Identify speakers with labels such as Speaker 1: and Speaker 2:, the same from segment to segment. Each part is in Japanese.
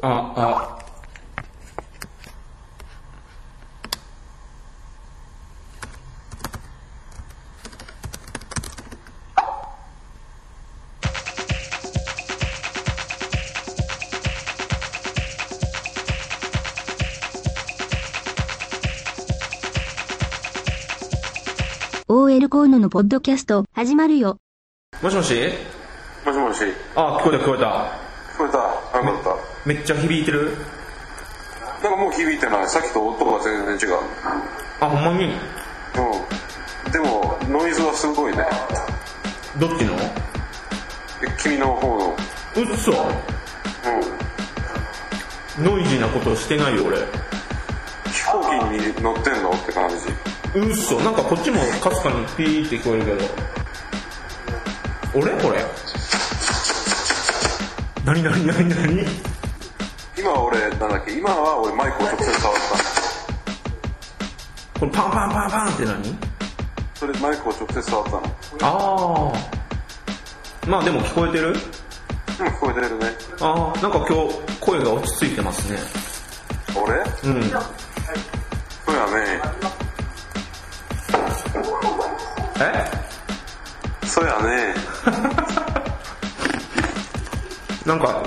Speaker 1: あ、
Speaker 2: OL コーノのポッドキャスト始まるよ。
Speaker 1: あ。もしもし
Speaker 3: もしもし、聞
Speaker 1: あ、聞こえた聞こえた。
Speaker 3: こえた、なんかあっ
Speaker 1: めっちゃ響いてる
Speaker 3: た。なんかもう響いてない、さっきと音が全然違う。
Speaker 1: あ、ほんまに
Speaker 3: うん。でも、ノイズはすごいね。
Speaker 1: どっちの
Speaker 3: え君の方の。うん。
Speaker 1: うっそノイジーなことしてないよ俺。
Speaker 3: 飛行機に乗ってんのって感じ。
Speaker 1: うっそなんかこっちもかすかにピーって聞こえるけど。俺これ。なになになになに
Speaker 3: 今は俺、なんだっけ、今は俺マイクを直接触った。
Speaker 1: これパンパンパンパンって何
Speaker 3: それマイクを直接触ったの。
Speaker 1: ああ。まあでも聞こえてる
Speaker 3: うん、聞こえてるね。
Speaker 1: ああ、なんか今日声が落ち着いてますね。
Speaker 3: 俺
Speaker 1: うん。
Speaker 3: そうやね。
Speaker 1: え
Speaker 3: そうやね。
Speaker 1: なんか、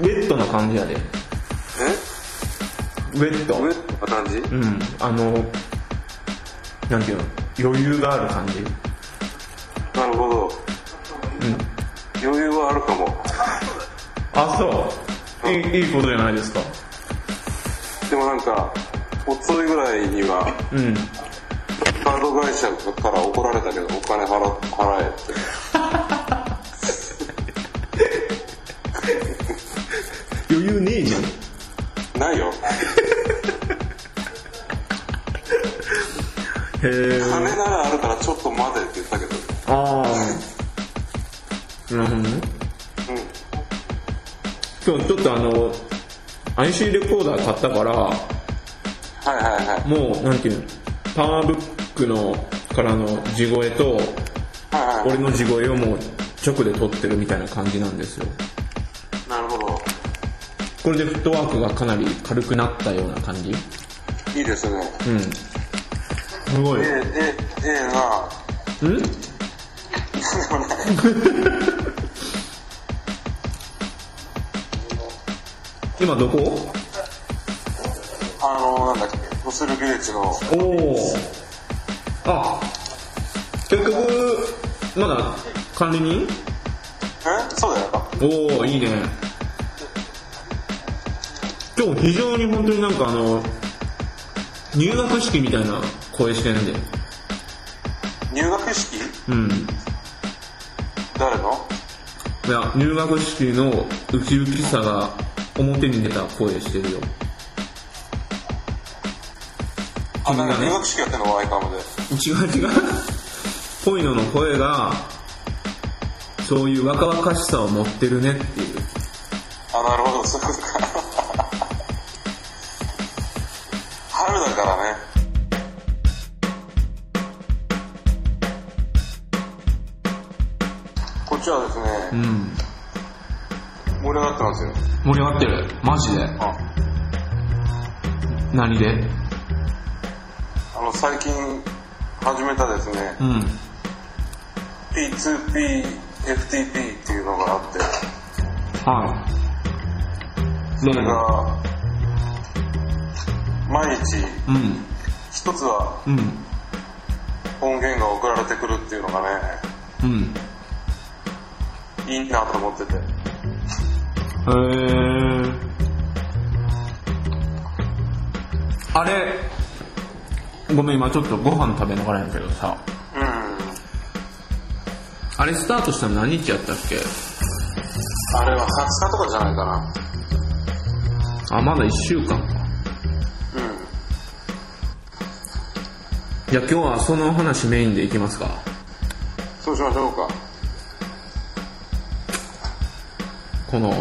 Speaker 1: ウェットな感じやで。ウ
Speaker 3: え
Speaker 1: ェット。
Speaker 3: 上って感じ
Speaker 1: うん。あの、なんていうの余裕がある感じ。
Speaker 3: なるほど。余裕はあるかも。
Speaker 1: あ、そう。いい、いいことじゃないですか。
Speaker 3: でもなんか、おとといぐらいには、
Speaker 1: うん。
Speaker 3: カード会社から怒られたけど、お金払払えって。
Speaker 1: 余裕ねえじゃん。
Speaker 3: ないよ。
Speaker 1: へえ。
Speaker 3: 金ならあるからちょっと待てって言ったけど。
Speaker 1: ああ。なるほどね。今日ちょっとあの、IC レコーダー買ったから、
Speaker 3: はいはいはい。
Speaker 1: もう、なんていうのパワーブックの、からの地声と、
Speaker 3: はいはい。
Speaker 1: 俺の地声をもう直で撮ってるみたいな感じなんですよ。
Speaker 3: なるほど。
Speaker 1: これでフットワークがかなり軽くなったような感じう
Speaker 3: いいですね。
Speaker 1: ん。すごい。
Speaker 3: え
Speaker 1: ん
Speaker 3: え、ええ、ええな。
Speaker 1: 今どこ
Speaker 3: あの、なんだっけ、ホスルビレッジの、
Speaker 1: おお。あ、結局、まだ管理人
Speaker 3: えそうだよ。
Speaker 1: おおいいね今日非常に本当になんかあの入学式みたいな声してるんで
Speaker 3: 入学式
Speaker 1: うん
Speaker 3: 誰の
Speaker 1: いや入学式のウキウキさが表に出た声してるよ
Speaker 3: あ、な
Speaker 1: 君
Speaker 3: ん
Speaker 1: が
Speaker 3: か
Speaker 1: ね
Speaker 3: 入学式やってんのワイカムで。
Speaker 1: 違う違うポイノの声がそういう若々しさを持ってるねっていう
Speaker 3: あ、なるほど、そういうことか。春だからね。こっちはです
Speaker 1: う
Speaker 3: ね、
Speaker 1: ん
Speaker 3: 盛り上がってますよ。
Speaker 1: 盛り上がってるマジで
Speaker 3: あ
Speaker 1: 何で
Speaker 3: あの、最近始めたですね
Speaker 1: う、ん
Speaker 3: P2PFTP っていうのがあって、
Speaker 1: はい
Speaker 3: それが、毎日、
Speaker 1: うん
Speaker 3: 一つは
Speaker 1: うん
Speaker 3: 音源が送られてくるっていうのがね、
Speaker 1: うん
Speaker 3: いいなと思ってて。
Speaker 1: へーあれごめん今ちょっとご飯食べながらやけどさ
Speaker 3: うん。
Speaker 1: あれスタートしたの何日やったっけ
Speaker 3: あれは20日とかじゃないかな。
Speaker 1: あまだ1週間か
Speaker 3: うん。
Speaker 1: じゃあ今日はその話メインでいきますか
Speaker 3: そうしましょうか。
Speaker 1: この
Speaker 3: で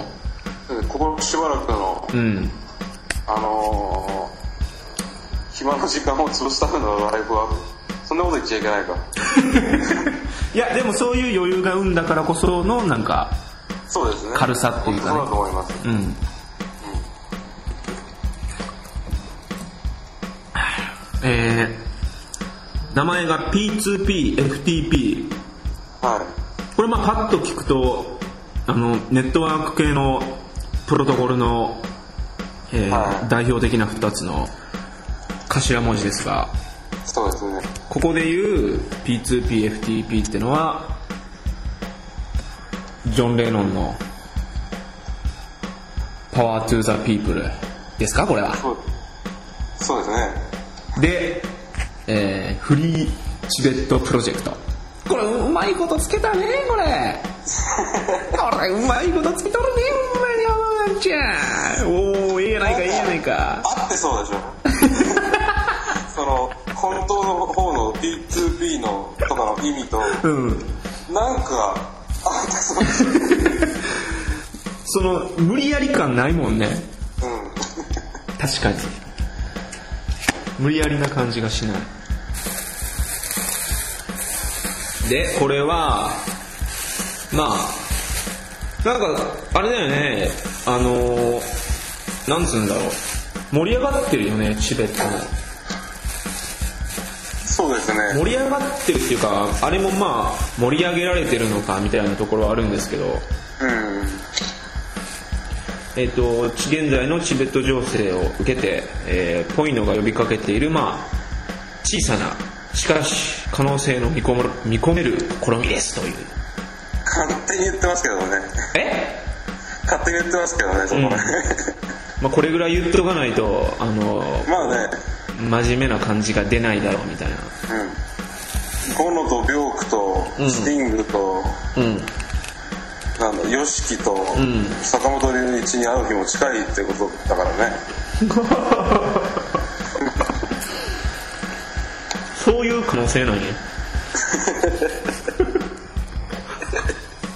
Speaker 3: ここしばらくの、
Speaker 1: うん
Speaker 3: あのー、暇の時間を潰すためのライブは、そんなこと言っちゃいけないか。
Speaker 1: いやでもそういう余裕が生んだからこそのなんか
Speaker 3: そうですね。
Speaker 1: 軽さっていうかね
Speaker 3: そうだと思います。
Speaker 1: うんえー、名前が P2PFTP
Speaker 3: はい
Speaker 1: これまあパッと聞くとあのネットワーク系のプロトコルの、えー
Speaker 3: はい
Speaker 1: 代表的な2つの頭文字ですが
Speaker 3: そうですね
Speaker 1: ここで言う P2PFTP ってのはジョン・レノンの「パワー・トゥ・ザ・ピープル」ですかこれは
Speaker 3: そうそうですね
Speaker 1: で、えーフリーチベットプロジェクトこれうまいことつけたねこれこれうまいことつけとるねほんまにおばあちゃんおおええやないかええやないか
Speaker 3: あってそうでし ょその本当の方の P2P のとかの意味と
Speaker 1: うん
Speaker 3: なんかあってそうでしょ
Speaker 1: その無理やり感ないもんね
Speaker 3: うん
Speaker 1: 確かに無理やりな感じがしないでこれはまあなんかあれだよねあのー、なんつうんだろう盛り上がってるよねチベットも
Speaker 3: そうですね
Speaker 1: 盛り上がってるっていうかあれもまあ盛り上げられてるのかみたいなところはあるんですけど
Speaker 3: うん
Speaker 1: えっとち現在のチベット情勢を受けて、えーポイノが呼びかけている、まあ、小さなしかし可能性の見込む見込める試みですという
Speaker 3: 勝手に言ってますけどね
Speaker 1: え、
Speaker 3: 勝手に言ってますけどねそこ
Speaker 1: うん
Speaker 3: ね
Speaker 1: まあ、これぐらい言っとかないとあの
Speaker 3: まあね
Speaker 1: 真面目な感じが出ないだろうみたいな
Speaker 3: うんゴノとビョークとスティングと、
Speaker 1: うん
Speaker 3: なんだヨシキと
Speaker 1: ん
Speaker 3: 坂本龍一に会う日も近いってことだからね
Speaker 1: そういう可能性なんや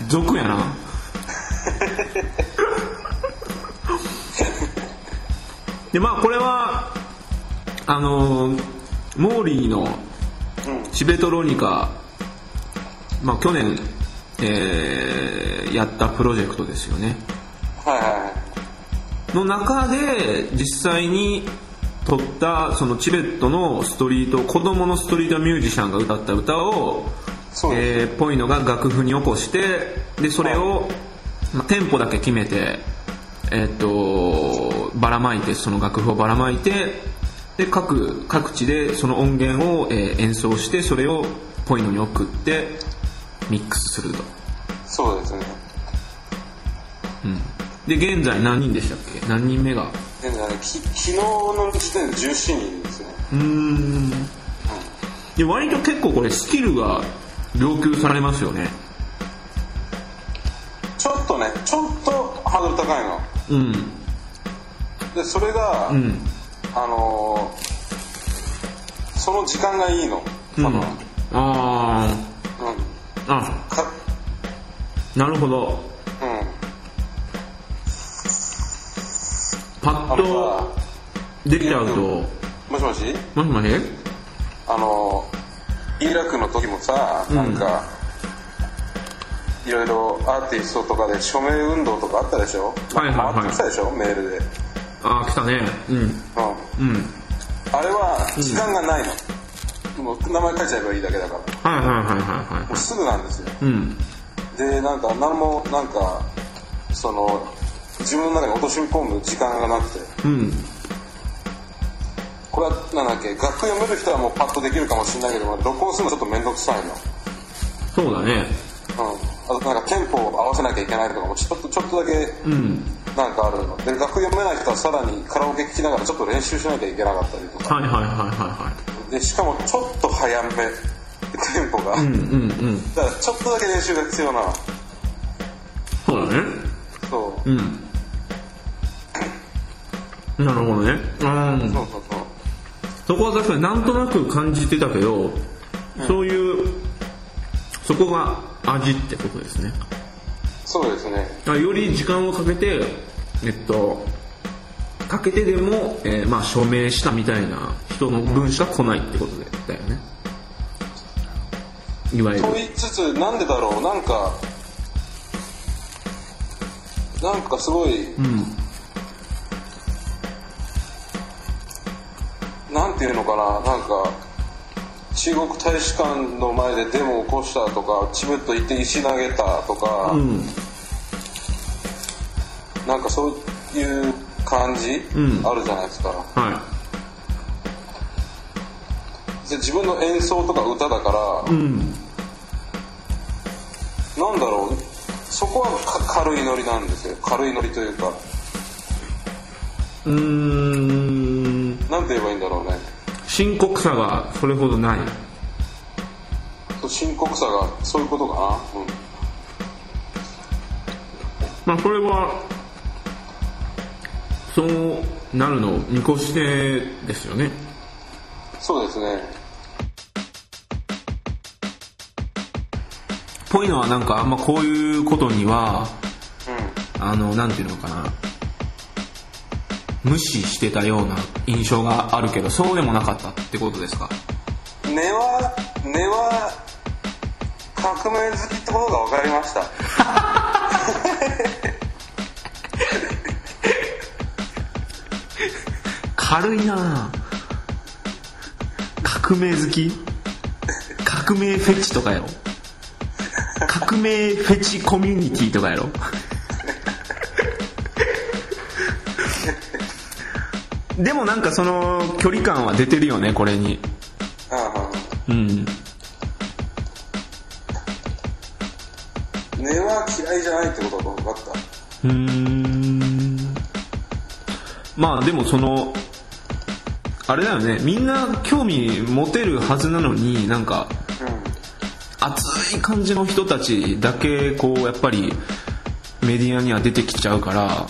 Speaker 1: 俗やなでまあこれはあのーモーリーの「チベトロニカ」まあ、去年、えーやったプロジェクトですよね
Speaker 3: はいは
Speaker 1: の中で実際に撮ったそのチベットのストリート子供のストリートミュージシャンが歌った歌を
Speaker 3: そう
Speaker 1: え
Speaker 3: で
Speaker 1: ー、ポイノが楽譜に起こしてでそれを、まあ、テンポだけ決めて、えーっとばらまいてその楽譜をばらまいてで各各地でその音源を、えー演奏してそれをポイノに送ってミックスすると、
Speaker 3: そうですね
Speaker 1: うん、で現在何人でしたっけ何人目が
Speaker 3: でねき昨日の時点で17人ですね
Speaker 1: うーんで割と結構これスキルが要求されますよね
Speaker 3: ちょっとねちょっとハードル高いの
Speaker 1: うん
Speaker 3: でそれが、
Speaker 1: うん
Speaker 3: あのーその時間がいいの
Speaker 1: うん
Speaker 3: あの、
Speaker 1: ああ
Speaker 3: うん
Speaker 1: ーあ
Speaker 3: か
Speaker 1: なるほど
Speaker 3: うん
Speaker 1: パ
Speaker 3: あ
Speaker 1: ッ
Speaker 3: の
Speaker 1: とできちゃうと
Speaker 3: さもしもし
Speaker 1: もしもし
Speaker 3: あのイラクの時もさ
Speaker 1: ん
Speaker 3: なんか、いろいろアーティストとかで署名運動とかあったでしょ
Speaker 1: はいはいはい
Speaker 3: 回ってきたでしょメールで、うん、
Speaker 1: ああ来たねうんうん
Speaker 3: あれは時間がないの、もう名前書いちゃえばいいだけだから
Speaker 1: は
Speaker 3: も
Speaker 1: いはいはいはいは
Speaker 3: うすぐなんですよ
Speaker 1: いうん
Speaker 3: でなんか何もなんかその自分の中に落とし込む時間がなくて
Speaker 1: うん
Speaker 3: これはなんだっけ楽譜読める人はもうパッとできるかもしれないけど録音するのちょっと面倒くさいの
Speaker 1: そうだね
Speaker 3: うん、あとなんかテンポを合わせなきゃいけないとかもちょっとちょっとだけ
Speaker 1: うん
Speaker 3: なんかあるので楽譜読めない人はさらにカラオケ聴きながらちょっと練習しなきゃいけなかったりとか
Speaker 1: はいはいはいは
Speaker 3: でしかもちょっと早めテンポが、
Speaker 1: いはいうん
Speaker 3: だ
Speaker 1: うんうん
Speaker 3: からちょっとだけ練習が必要なの
Speaker 1: そうだね
Speaker 3: そううん
Speaker 1: なるほどねうん
Speaker 3: そうそうそう
Speaker 1: そこは確かになんとなく感じてたけど、そういうそこが味ってことですね
Speaker 3: そうですね
Speaker 1: あより時間をかけてえっとかけてでも、えーまあ、署名したみたいな人の分しか来ないってことだよねいわゆる
Speaker 3: と言いつつなんでだろうなんかなんかすごい、
Speaker 1: うん
Speaker 3: なんていうのかかななんか中国大使館の前でデモを起こしたとかチベット行って石投げたとか、
Speaker 1: うん
Speaker 3: なんかそういう感じ、
Speaker 1: うん
Speaker 3: あるじゃないですか
Speaker 1: は
Speaker 3: で自分の演奏とか歌だから、
Speaker 1: いうん
Speaker 3: なんだろうそこはか軽いノリなんですよ軽いノリというか
Speaker 1: うーん
Speaker 3: なんて言えばいいんだろうね
Speaker 1: 深刻さがそれほどない
Speaker 3: そう深刻さがそういうことかな、うん、
Speaker 1: まあこれはそうなるのを見越してですよね
Speaker 3: そうですね
Speaker 1: ぽいのはなんかあんまこういうことには
Speaker 3: う
Speaker 1: あのなんていうのかな無視してたような印象があるけどそうでもなかったってことですか
Speaker 3: ん根は根は革命好きってことが分かりました
Speaker 1: 軽いなあ革命好き革命フェチとかやろ革命フェチコミュニティとかやろでもなんかその距離感は出てるよねこれに
Speaker 3: う
Speaker 1: うん
Speaker 3: んうん根は嫌いじゃないってことが分かった
Speaker 1: うーんまあでもそのあれだよねみんな興味持てるはずなのになんか
Speaker 3: う
Speaker 1: 熱い感じの人たちだけこうやっぱりメディアには出てきちゃうから
Speaker 3: ん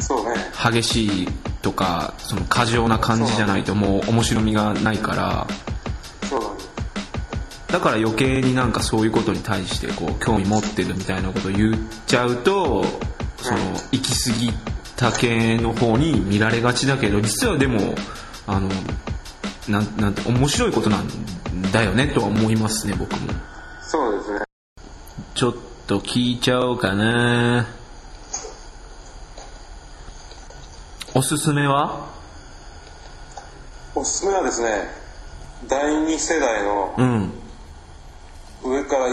Speaker 3: そうね
Speaker 1: 激しいとかその過剰な感じじゃないともう面白みがないから
Speaker 3: そうだね
Speaker 1: だから余計になんかそういうことに対してこう興味持ってるみたいなこと言っちゃうとその
Speaker 3: うん
Speaker 1: 行き過ぎた系の方に見られがちだけど実はでもあのなんなんて面白いことなんだよねとは思いますね僕も。
Speaker 3: そうですね
Speaker 1: ちょっと聞いちゃおうかなおすすめは
Speaker 3: おすすめはですね第2世代の
Speaker 1: うん
Speaker 3: 上から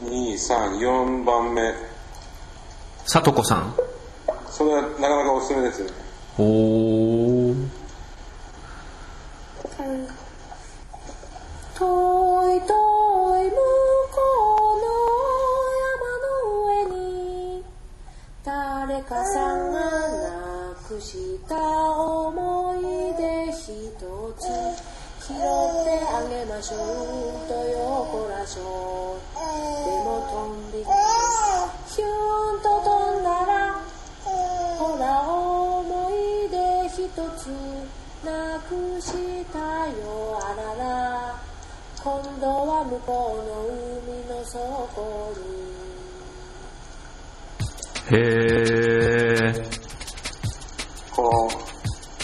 Speaker 3: 1234番目
Speaker 1: さとこさん
Speaker 3: それはなかなかおすすめですね
Speaker 1: おー
Speaker 4: 遠い遠い向こうの山の上に誰かさんがなくした思い出一つ拾ってあげましょうと横らしょうでも飛んでヒューンと飛んだらほら思い出一つなくしたよあらら今度は向こうの海の底に
Speaker 1: へえ
Speaker 3: こ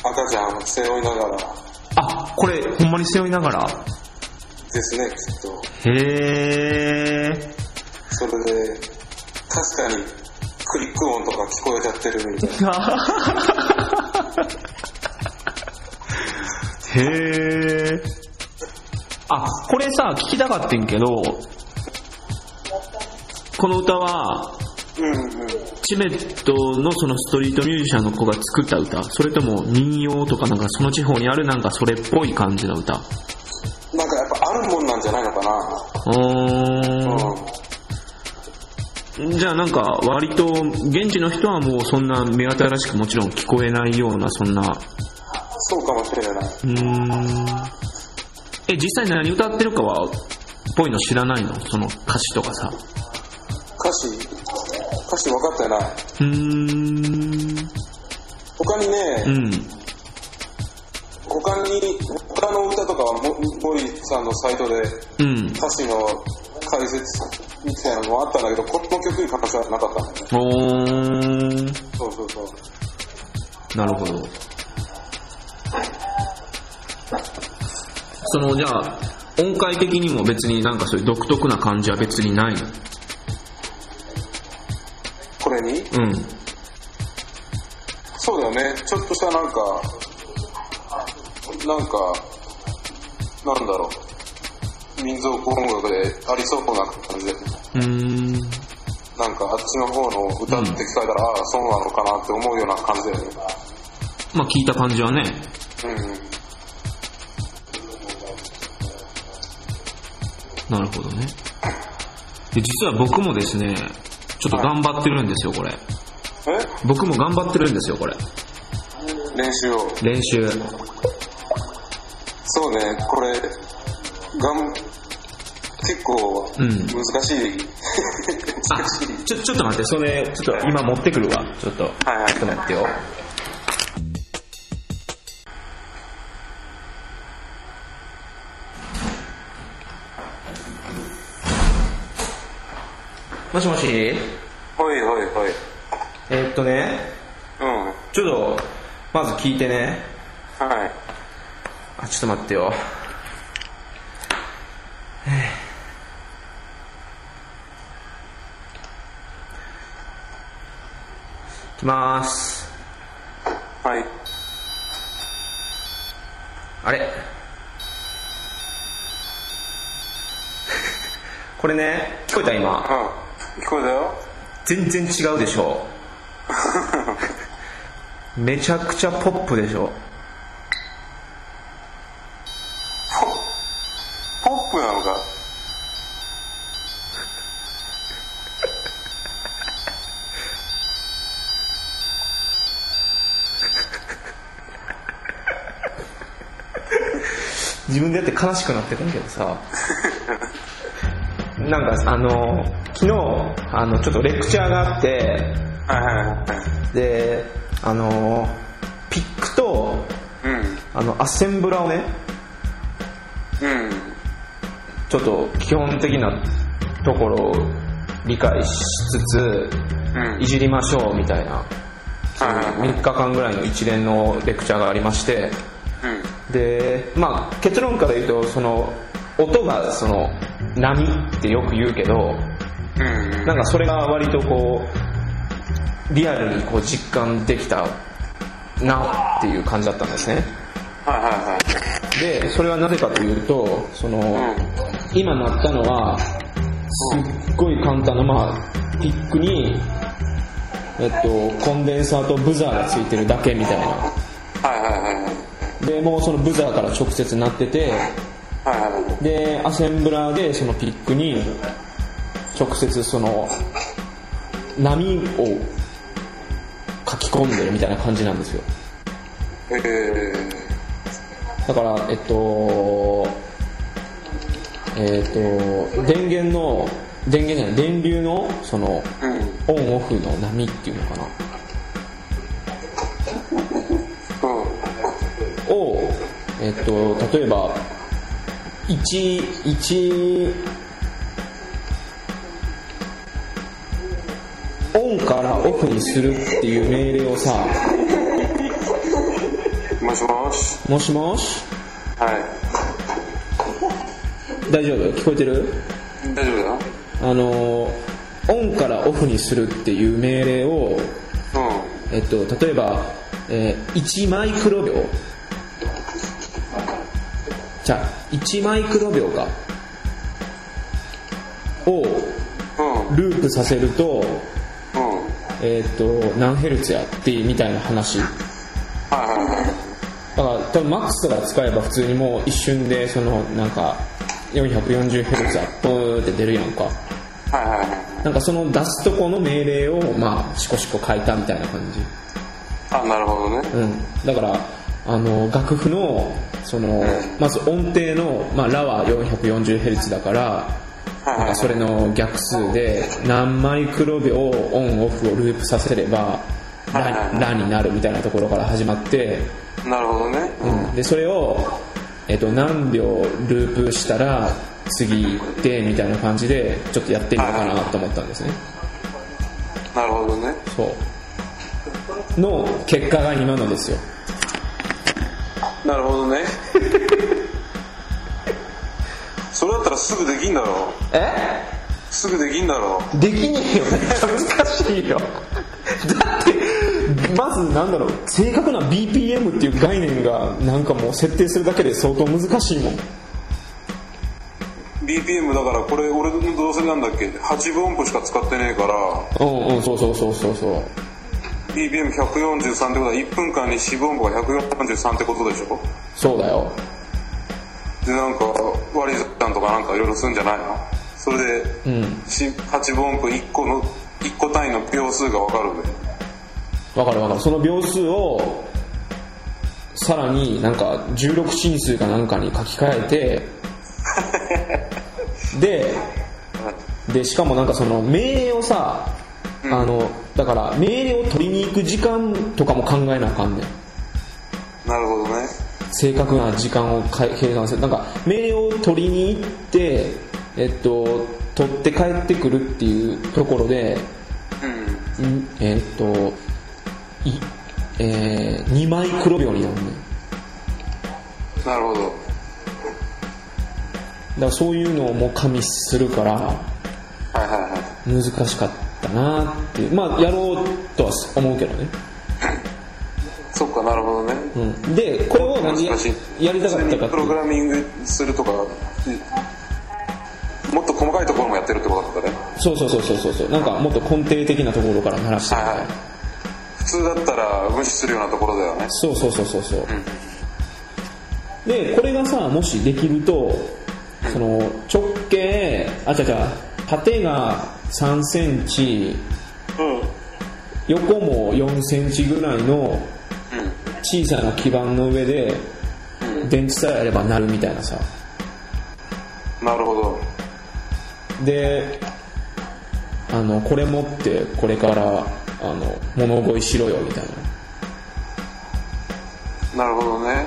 Speaker 3: う赤ちゃんを背負いながら
Speaker 1: あこれほんまに背負いながら
Speaker 3: ですねきっと
Speaker 1: へえ
Speaker 3: それで確かにクリック音とか聞こえちゃってるみたいな
Speaker 1: へえあこれさ聞きたかってんけどこの歌は
Speaker 3: うんうん
Speaker 1: チベットのそのストリートミュージシャンの子が作った歌それとも民謡とかなんかその地方にあるなんかそれっぽい感じの歌う
Speaker 3: なんかやっぱあるもんなんじゃないのかなうん
Speaker 1: ーんじゃあなんか割と現地の人はもうそんな目新しくもちろん聞こえないようなそんな
Speaker 3: そうかもしれないう
Speaker 1: ーんえ実際何歌ってるかはぽいの知らないのその歌詞とかさ
Speaker 3: 歌詞歌詞分かってないう
Speaker 1: ーん
Speaker 3: 他にね、
Speaker 1: うん
Speaker 3: 他に他の歌とかはもモリさんのサイトで
Speaker 1: うん
Speaker 3: 歌詞の解説みたいなのもあったんだけどこの曲に関してはなかったんだね
Speaker 1: おー
Speaker 3: そうそうそう
Speaker 1: なるほど。そのじゃあ音階的にも別になんかそういう独特な感じは別にないの。
Speaker 3: これに
Speaker 1: うん。
Speaker 3: そうだよねちょっとしたなんかなんか、なんだろう、民族音楽でありそうな感じで、
Speaker 1: うーん
Speaker 3: なんかあっちの方の歌って聞かれたら、ああ、そうなのかなって思うような感じだよね。
Speaker 1: まあ聞いた感じはね
Speaker 3: うん。
Speaker 1: なるほどねで実は僕もですねちょっと頑張ってるんですよこれ
Speaker 3: え
Speaker 1: 僕も頑張ってるんですよこれ
Speaker 3: 練習を。
Speaker 1: 練習
Speaker 3: そうね、これ、がん、結構
Speaker 1: うん
Speaker 3: 難しい。
Speaker 1: あちょちょっと待ってそれちょっと今持ってくるわちょっと
Speaker 3: はいはい
Speaker 1: ちょっと待ってよもしもしえ
Speaker 3: ほいほいほい。
Speaker 1: ーっとね
Speaker 3: うん。
Speaker 1: ちょっとまず聞いてね
Speaker 3: はい。
Speaker 1: あちょっと待ってよ いきます
Speaker 3: はい。
Speaker 1: あれこれね聞こえた今
Speaker 3: うん。聞こえたよ
Speaker 1: 全然違うでしょ めちゃくちゃポップでしょ
Speaker 3: ポップなのか
Speaker 1: 自分でやって悲しくなってくるけどさ なんかあの昨日あのちょっとレクチャーがあって
Speaker 3: はいはいは
Speaker 1: であのピックと
Speaker 3: い。
Speaker 1: あのアッセンブラをね
Speaker 3: うん。うん。
Speaker 1: ちょっと基本的なところを理解しつつ
Speaker 3: うん
Speaker 1: いじりましょうみたいな
Speaker 3: はいはいはい。
Speaker 1: 3日間ぐらいの一連のレクチャーがありまして
Speaker 3: うん。
Speaker 1: でまあ結論から言うとその音がその波ってよく言うけど
Speaker 3: うん。うん
Speaker 1: なんかそれが割とこうリアルにこう実感できたなっていう感じだったんですね
Speaker 3: はいはいはい。
Speaker 1: でそれはなぜかというとその、
Speaker 3: う
Speaker 1: 今鳴ったのはすっごい簡単な、まあ、ピックに、えっと、コンデンサーとブザーがついてるだけみたいな
Speaker 3: はいはいはいはい。
Speaker 1: でもうそのブザーから直接鳴ってて
Speaker 3: はいはいはい。
Speaker 1: でアセンブラーでそのピックに直接その波を書き込んでるみたいな感じなんですよ
Speaker 3: えー。
Speaker 1: だからえっとえっと電源の電源じゃない電流のその
Speaker 3: うん。うん。
Speaker 1: オンオフの波っていうのかなをえっと例えば11オンからオフにするっていう命令をさ
Speaker 3: もしもし。
Speaker 1: もしもし
Speaker 3: はい。
Speaker 1: 大丈夫聞こえてる
Speaker 3: 大丈夫だよ。
Speaker 1: あのオンからオフにするっていう命令を、
Speaker 3: うん。
Speaker 1: えっと、例えば、えー1マイクロ秒じゃあ1マイクロ秒かを
Speaker 3: うん。
Speaker 1: ループさせると,、
Speaker 3: うん。
Speaker 1: えっと何ヘルツやってみたいな話だ
Speaker 3: はいはいはい。
Speaker 1: から多分マックスとか使えば普通にもう一瞬でそのなんか440ヘルツアップって出るやんか
Speaker 3: はいはいはい。
Speaker 1: なんかその出すとこの命令をまあシコシコ変えたみたいな感じ
Speaker 3: あ、なるほどね。
Speaker 1: うん、だからあの楽譜のそのまず音程の、まあ、ラは 440Hz だから
Speaker 3: はい
Speaker 1: なん
Speaker 3: はいは
Speaker 1: か
Speaker 3: い。
Speaker 1: それの逆数で何マイクロ秒オンオフをループさせれば
Speaker 3: はいはいは
Speaker 1: ララ
Speaker 3: い
Speaker 1: になるみたいなところから始まって、
Speaker 3: なるほどね。
Speaker 1: うん、でそれを、えっと何秒ループしたら次でみたいな感じでちょっとやってみようかなと思ったんですね
Speaker 3: なるほどね。
Speaker 1: そうの結果が今のですよ
Speaker 3: なるほどね。それだったらすぐできんだろ
Speaker 1: え
Speaker 3: う。すぐできんだろう。
Speaker 1: できねえよめっちゃ難しいよだってまずなんだろう正確な BPM っていう概念がなんかもう設定するだけで相当難しいもん
Speaker 3: BPM だからこれ俺の同性なんだっけ8分音符しか使ってねえから
Speaker 1: うんうんそうそうそうそうそう
Speaker 3: BPM143 ってことは1分間に4分音符が143ってことでしょ
Speaker 1: そうだよ
Speaker 3: でなんか割り算とかなんかいろいろするんじゃないのそれで、し8分音符1個の1個単位の秒数が分かるんだよ
Speaker 1: わかるわかるその秒数をさらになんか16進数かなんかに書き換えてででしかもなんかその命令をさ、あのだから命令を取りに行く時間とかも考えなあかんねん
Speaker 3: なるほどね
Speaker 1: 正確な時間をかい計算するなんか命令を取りに行ってえっと取って帰ってくるっていうところで
Speaker 3: うん
Speaker 1: んえーっといえー、2マイクロ秒になるね
Speaker 3: なるほど
Speaker 1: だからそういうのをもう加味するから
Speaker 3: はいはいはい
Speaker 1: 難しかったなっていうまあやろうとは思うけどね、
Speaker 3: そっかなるほどね
Speaker 1: うん、でこれを何や
Speaker 3: 難しい
Speaker 1: やりたかったか
Speaker 3: 普通に
Speaker 1: っ
Speaker 3: プ
Speaker 1: て
Speaker 3: ログ
Speaker 1: いう
Speaker 3: ラミングするとかもっと細かいところもやってるってことだったね
Speaker 1: そうそうそうそうそうそうなんかもっと根底的なところから鳴らしてるから、
Speaker 3: はいはい普通だったら無視するようなところだよね
Speaker 1: そうそうそうそうそう、でこれがさもしできるとその直径あちゃちゃ縦が3センチ
Speaker 3: うん
Speaker 1: 横も4センチぐらいの
Speaker 3: うん
Speaker 1: 小さな基板の上で電池さえあれば鳴るみたいなさ
Speaker 3: なるほど
Speaker 1: であのこれ持ってこれからあの物乞いしろよみたいな
Speaker 3: なるほどね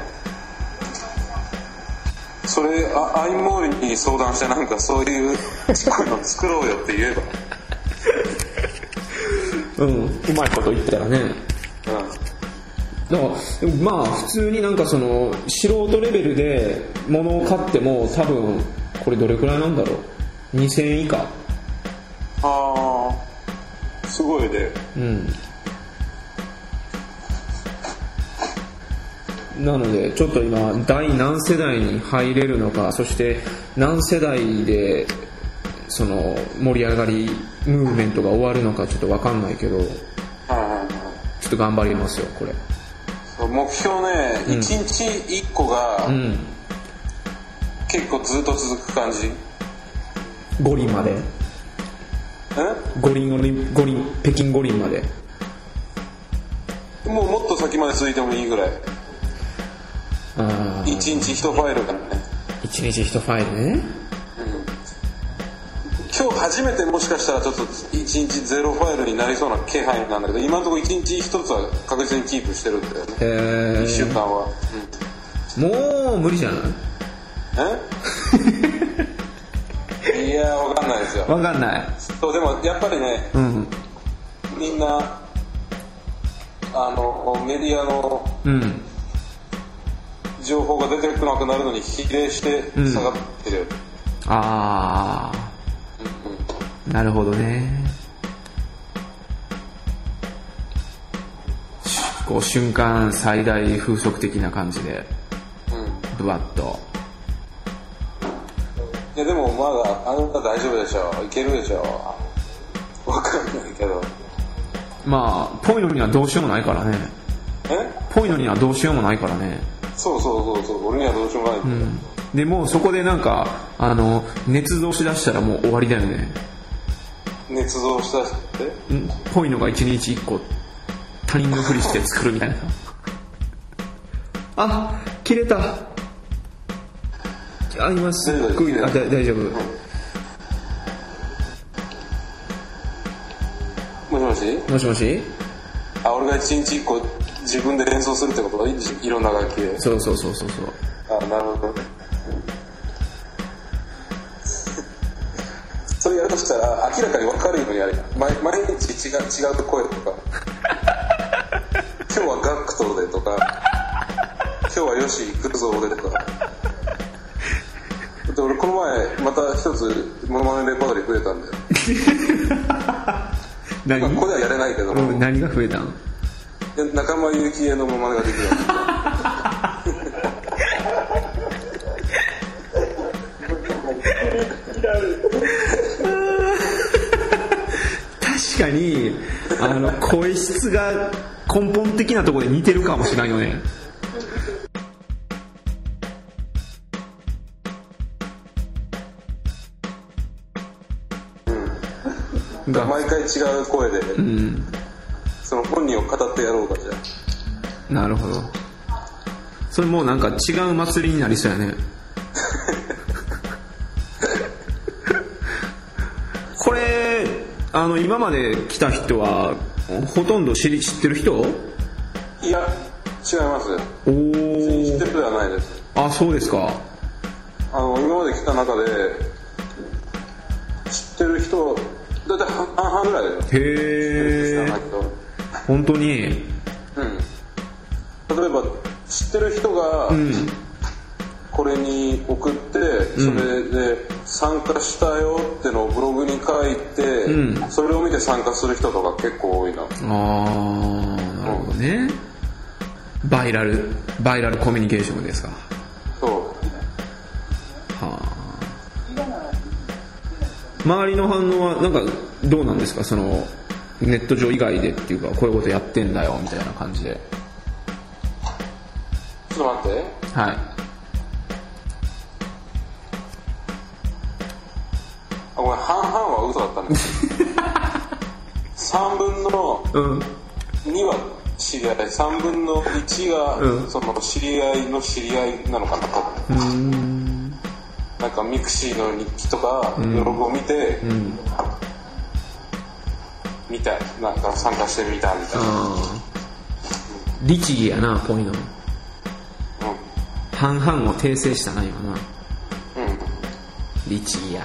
Speaker 3: それあアイモールに相談してなんかそういうこういうの作ろうよって言え
Speaker 1: うんうまいこと言ったらね
Speaker 3: ばうん
Speaker 1: だからまあ普通になんかその素人レベルで物を買っても多分これどれくらいなんだろう2000円以下
Speaker 3: ああすごいね
Speaker 1: うんなのでちょっと今第何世代に入れるのかそして何世代でその盛り上がりムーブメントが終わるのかちょっと分かんないけどちょ
Speaker 3: はいはいはい
Speaker 1: っと頑張りますよこれ
Speaker 3: そう目標ね、1日1個が
Speaker 1: うん
Speaker 3: 結構ずっと続く感じ、うん
Speaker 1: 五輪まで五輪オリン五輪北京五輪まで
Speaker 3: もうもっと先まで続いてもいいぐらい
Speaker 1: あ
Speaker 3: 1日1ファイルだね
Speaker 1: 1日1ファイルね
Speaker 3: 今日初めてもしかしたらちょっと1日ゼロファイルになりそうな気配なんだけど今のところ1日1つは確実にキープしてるんだよね
Speaker 1: え
Speaker 3: 1週間は、
Speaker 1: ー、もう無理じゃない
Speaker 3: うん、え いやーわかんないですよ
Speaker 1: 分かんない
Speaker 3: そうでもやっぱりね
Speaker 1: うん
Speaker 3: みんなあのメディアの
Speaker 1: うん
Speaker 3: 情報が出てこなくなるのに比例して
Speaker 1: ん
Speaker 3: 下がってる、
Speaker 1: ああなるほどねしこう瞬間最大風速的な感じで
Speaker 3: うん
Speaker 1: ブワッと
Speaker 3: いやでもまだあなた大丈夫でしょいけるでしょわかんないけど
Speaker 1: まあぽいのにはどうしようもないからね
Speaker 3: え
Speaker 1: ぽいのにはどうしようもないからね
Speaker 3: そうそうそうそう俺にはどうしようもない、
Speaker 1: うんでもうそこでなんかあの捏造しだしたらもう終わりだよね
Speaker 3: 捏造したしって
Speaker 1: うんぽいのが1日1個他人のふりして作るみたいなあ切れたあ今すっごいあだ大丈夫
Speaker 3: もしもし
Speaker 1: もしもし
Speaker 3: あ俺が一日一個自分で連想するってこといいろんな楽器で
Speaker 1: そうそうそうそうそう
Speaker 3: あなるほど それやるとしたら明らかに分かるようにやれ毎毎日違う違う声とか今日はガクトでとか今日はよし行くぞでとかで俺この前また一つモノマネレパートリー増えたんだよ、まあ、ここではやれないけども、
Speaker 1: 何が増えたん
Speaker 3: で仲間由紀恵のモノマネができるようになった
Speaker 1: 確かにあの声質が根本的なところで似てるかもしれないよねが
Speaker 3: 毎回違う声で、その本人を語ってやろうかじゃあ
Speaker 1: なるほどそれもうなんか違う祭りになりそうやねこれあの今まで来た人はほとんど知り知ってる人
Speaker 3: いや違います
Speaker 1: おお
Speaker 3: 知ってる人ではないです
Speaker 1: あそうですか
Speaker 3: あの今まで来た中で知ってる人大体半半々ぐらいだよ
Speaker 1: へ
Speaker 3: 知ら
Speaker 1: え
Speaker 3: ない人
Speaker 1: 本当に
Speaker 3: うん、例えば知ってる人が、これに送ってそれで参加したよってのをブログに書いて、
Speaker 1: う
Speaker 3: それを見て参加する人とか結構多いな
Speaker 1: ああなるほどねバイラルバイラルコミュニケーションですか
Speaker 3: そう
Speaker 1: はあ周りの反応はなんかどうなんですかそのネット上以外でっていうかこういうことやってんだよみたいな感じで
Speaker 3: ちょっと待って
Speaker 1: はい
Speaker 3: あごめん半々は嘘だったんです 3分の
Speaker 1: うん
Speaker 3: 2は知り合い3分の1が、
Speaker 1: うん
Speaker 3: その知り合いの知り合いなのかなとなんかミクシーの日記とかブログを見て、見たいなんか参加してみたみたいな、
Speaker 1: あー律儀やなこういうの半々を訂正したな今な
Speaker 3: うんうん、で
Speaker 1: 律儀や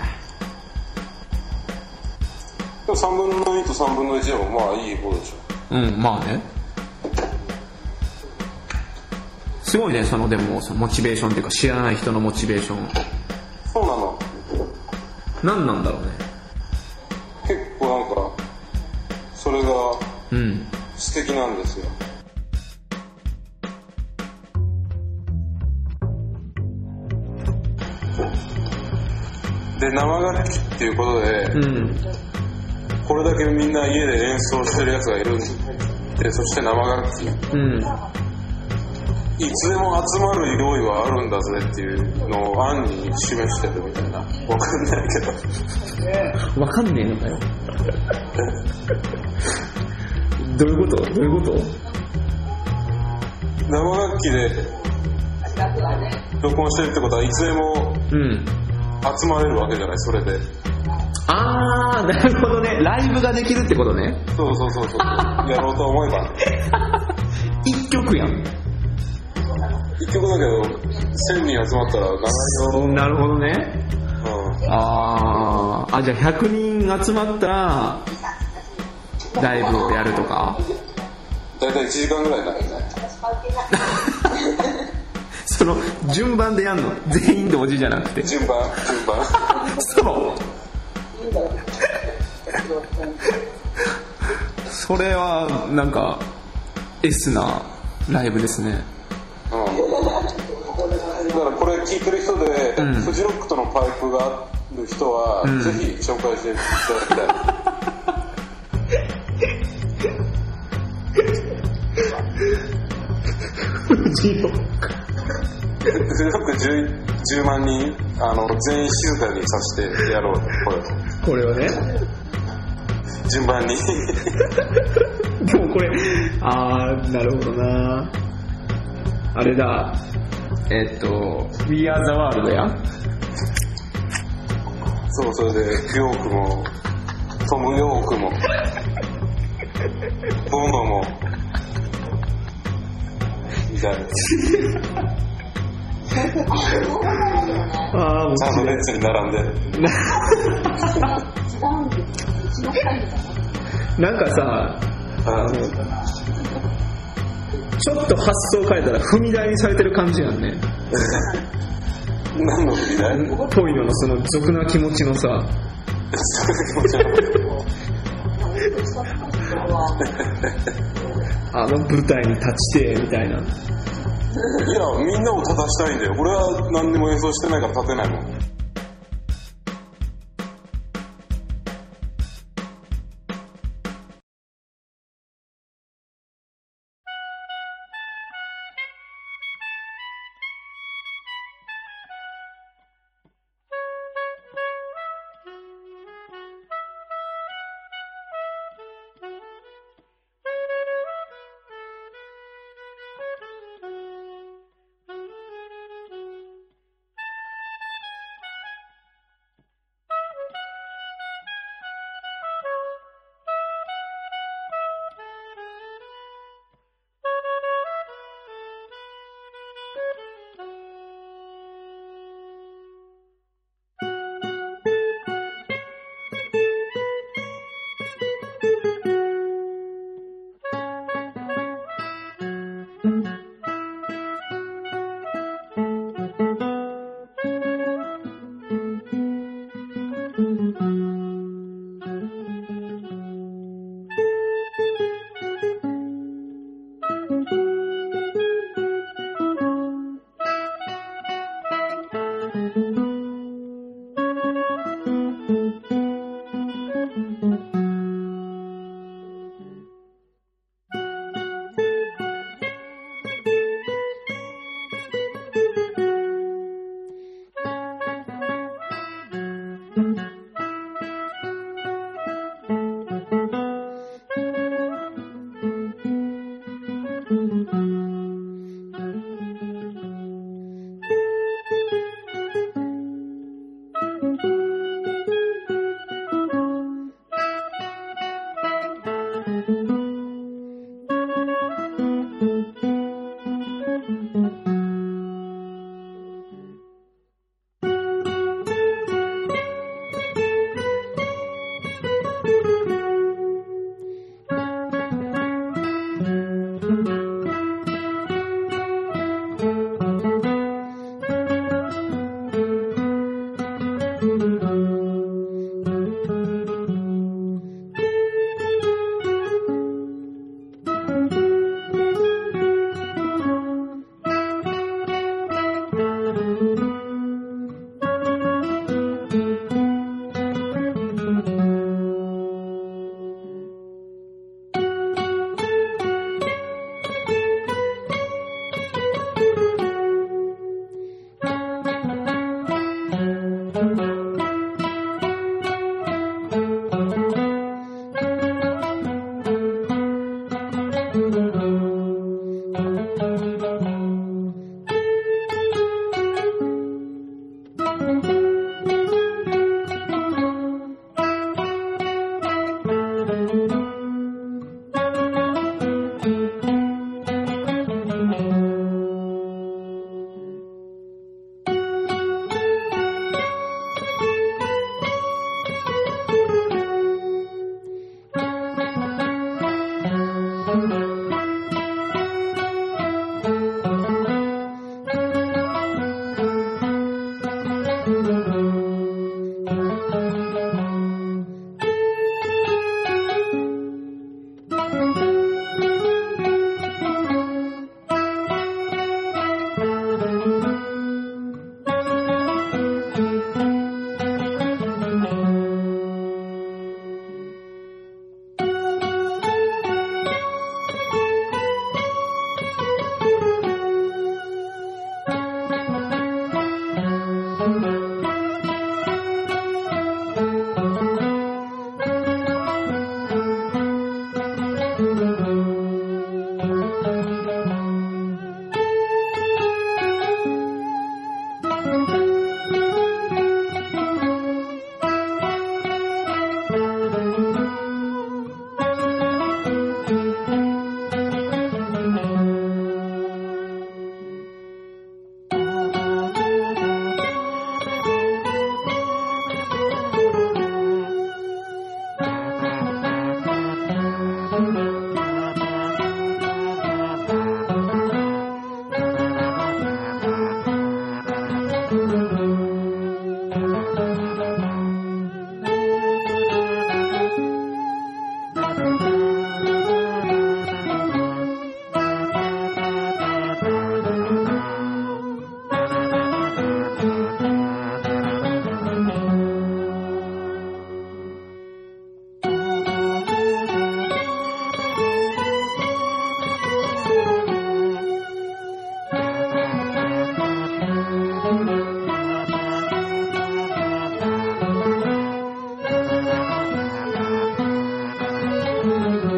Speaker 3: も3分の2と3分の1でもまあいい方でし
Speaker 1: うんまあねすごいねそのでもそのモチベーションっていうか知らない人のモチベーション
Speaker 3: ょそうなの
Speaker 1: 何なんだろうね
Speaker 3: 結構なんかそれが
Speaker 1: うん
Speaker 3: 素敵なんですよで生楽器っていうことで、
Speaker 1: うん
Speaker 3: これだけみんな家で演奏してるやつがいるんでそして生楽器
Speaker 1: うん
Speaker 3: いつでも集まる用意はあるんだぜっていうのを案に示してるみたいなわかんないけど
Speaker 1: わかんねえのかよ。どういうことどういうこと
Speaker 3: 生楽器で録音してるってことはいつでも
Speaker 1: うん。
Speaker 3: 集まれるわけじゃないそれで
Speaker 1: あー、なるほどね。ライブができるってことね。
Speaker 3: そうそうそうそうやろうと思えば
Speaker 1: 一曲やん。
Speaker 3: 一曲だけど1000人集まったら長い
Speaker 1: なるほどね。
Speaker 3: よ、
Speaker 1: あー、あ、じゃあ100人集まったら、ライブをやるとか。
Speaker 3: うん、大体1時間ぐらいになるよね
Speaker 1: その、順番でやんの。全員同時じゃなくて。
Speaker 3: 順番順番
Speaker 1: そう。それは、なんか、S なライブです ね。
Speaker 3: うんだからこれ聞いてる人で、フジロックとのパイプがある人は、ぜひ紹介していただきたいフジロック 10, 10万人あの全員静かにさせてやろうこれ
Speaker 1: これはね。
Speaker 3: 順番に
Speaker 1: でもこれ、あー、なるほどなあれだ、えっと、We Are the World や。
Speaker 3: そうそれでヨークもトム・ヨークもボノもみたいな
Speaker 1: あー、もう
Speaker 3: ちゃんと列に並んで
Speaker 1: なんかさ、
Speaker 3: あ
Speaker 1: あの、ちょっと発想変えたら踏み台にされてる感じやんね。
Speaker 3: 何の時代
Speaker 1: トイノのその俗な気持ちのさ、あの舞台に立ちてえみたいない
Speaker 3: や、みんなを立たしたいんだよ。俺は何にも演奏してないから立てないもん。
Speaker 5: Thank you.
Speaker 4: う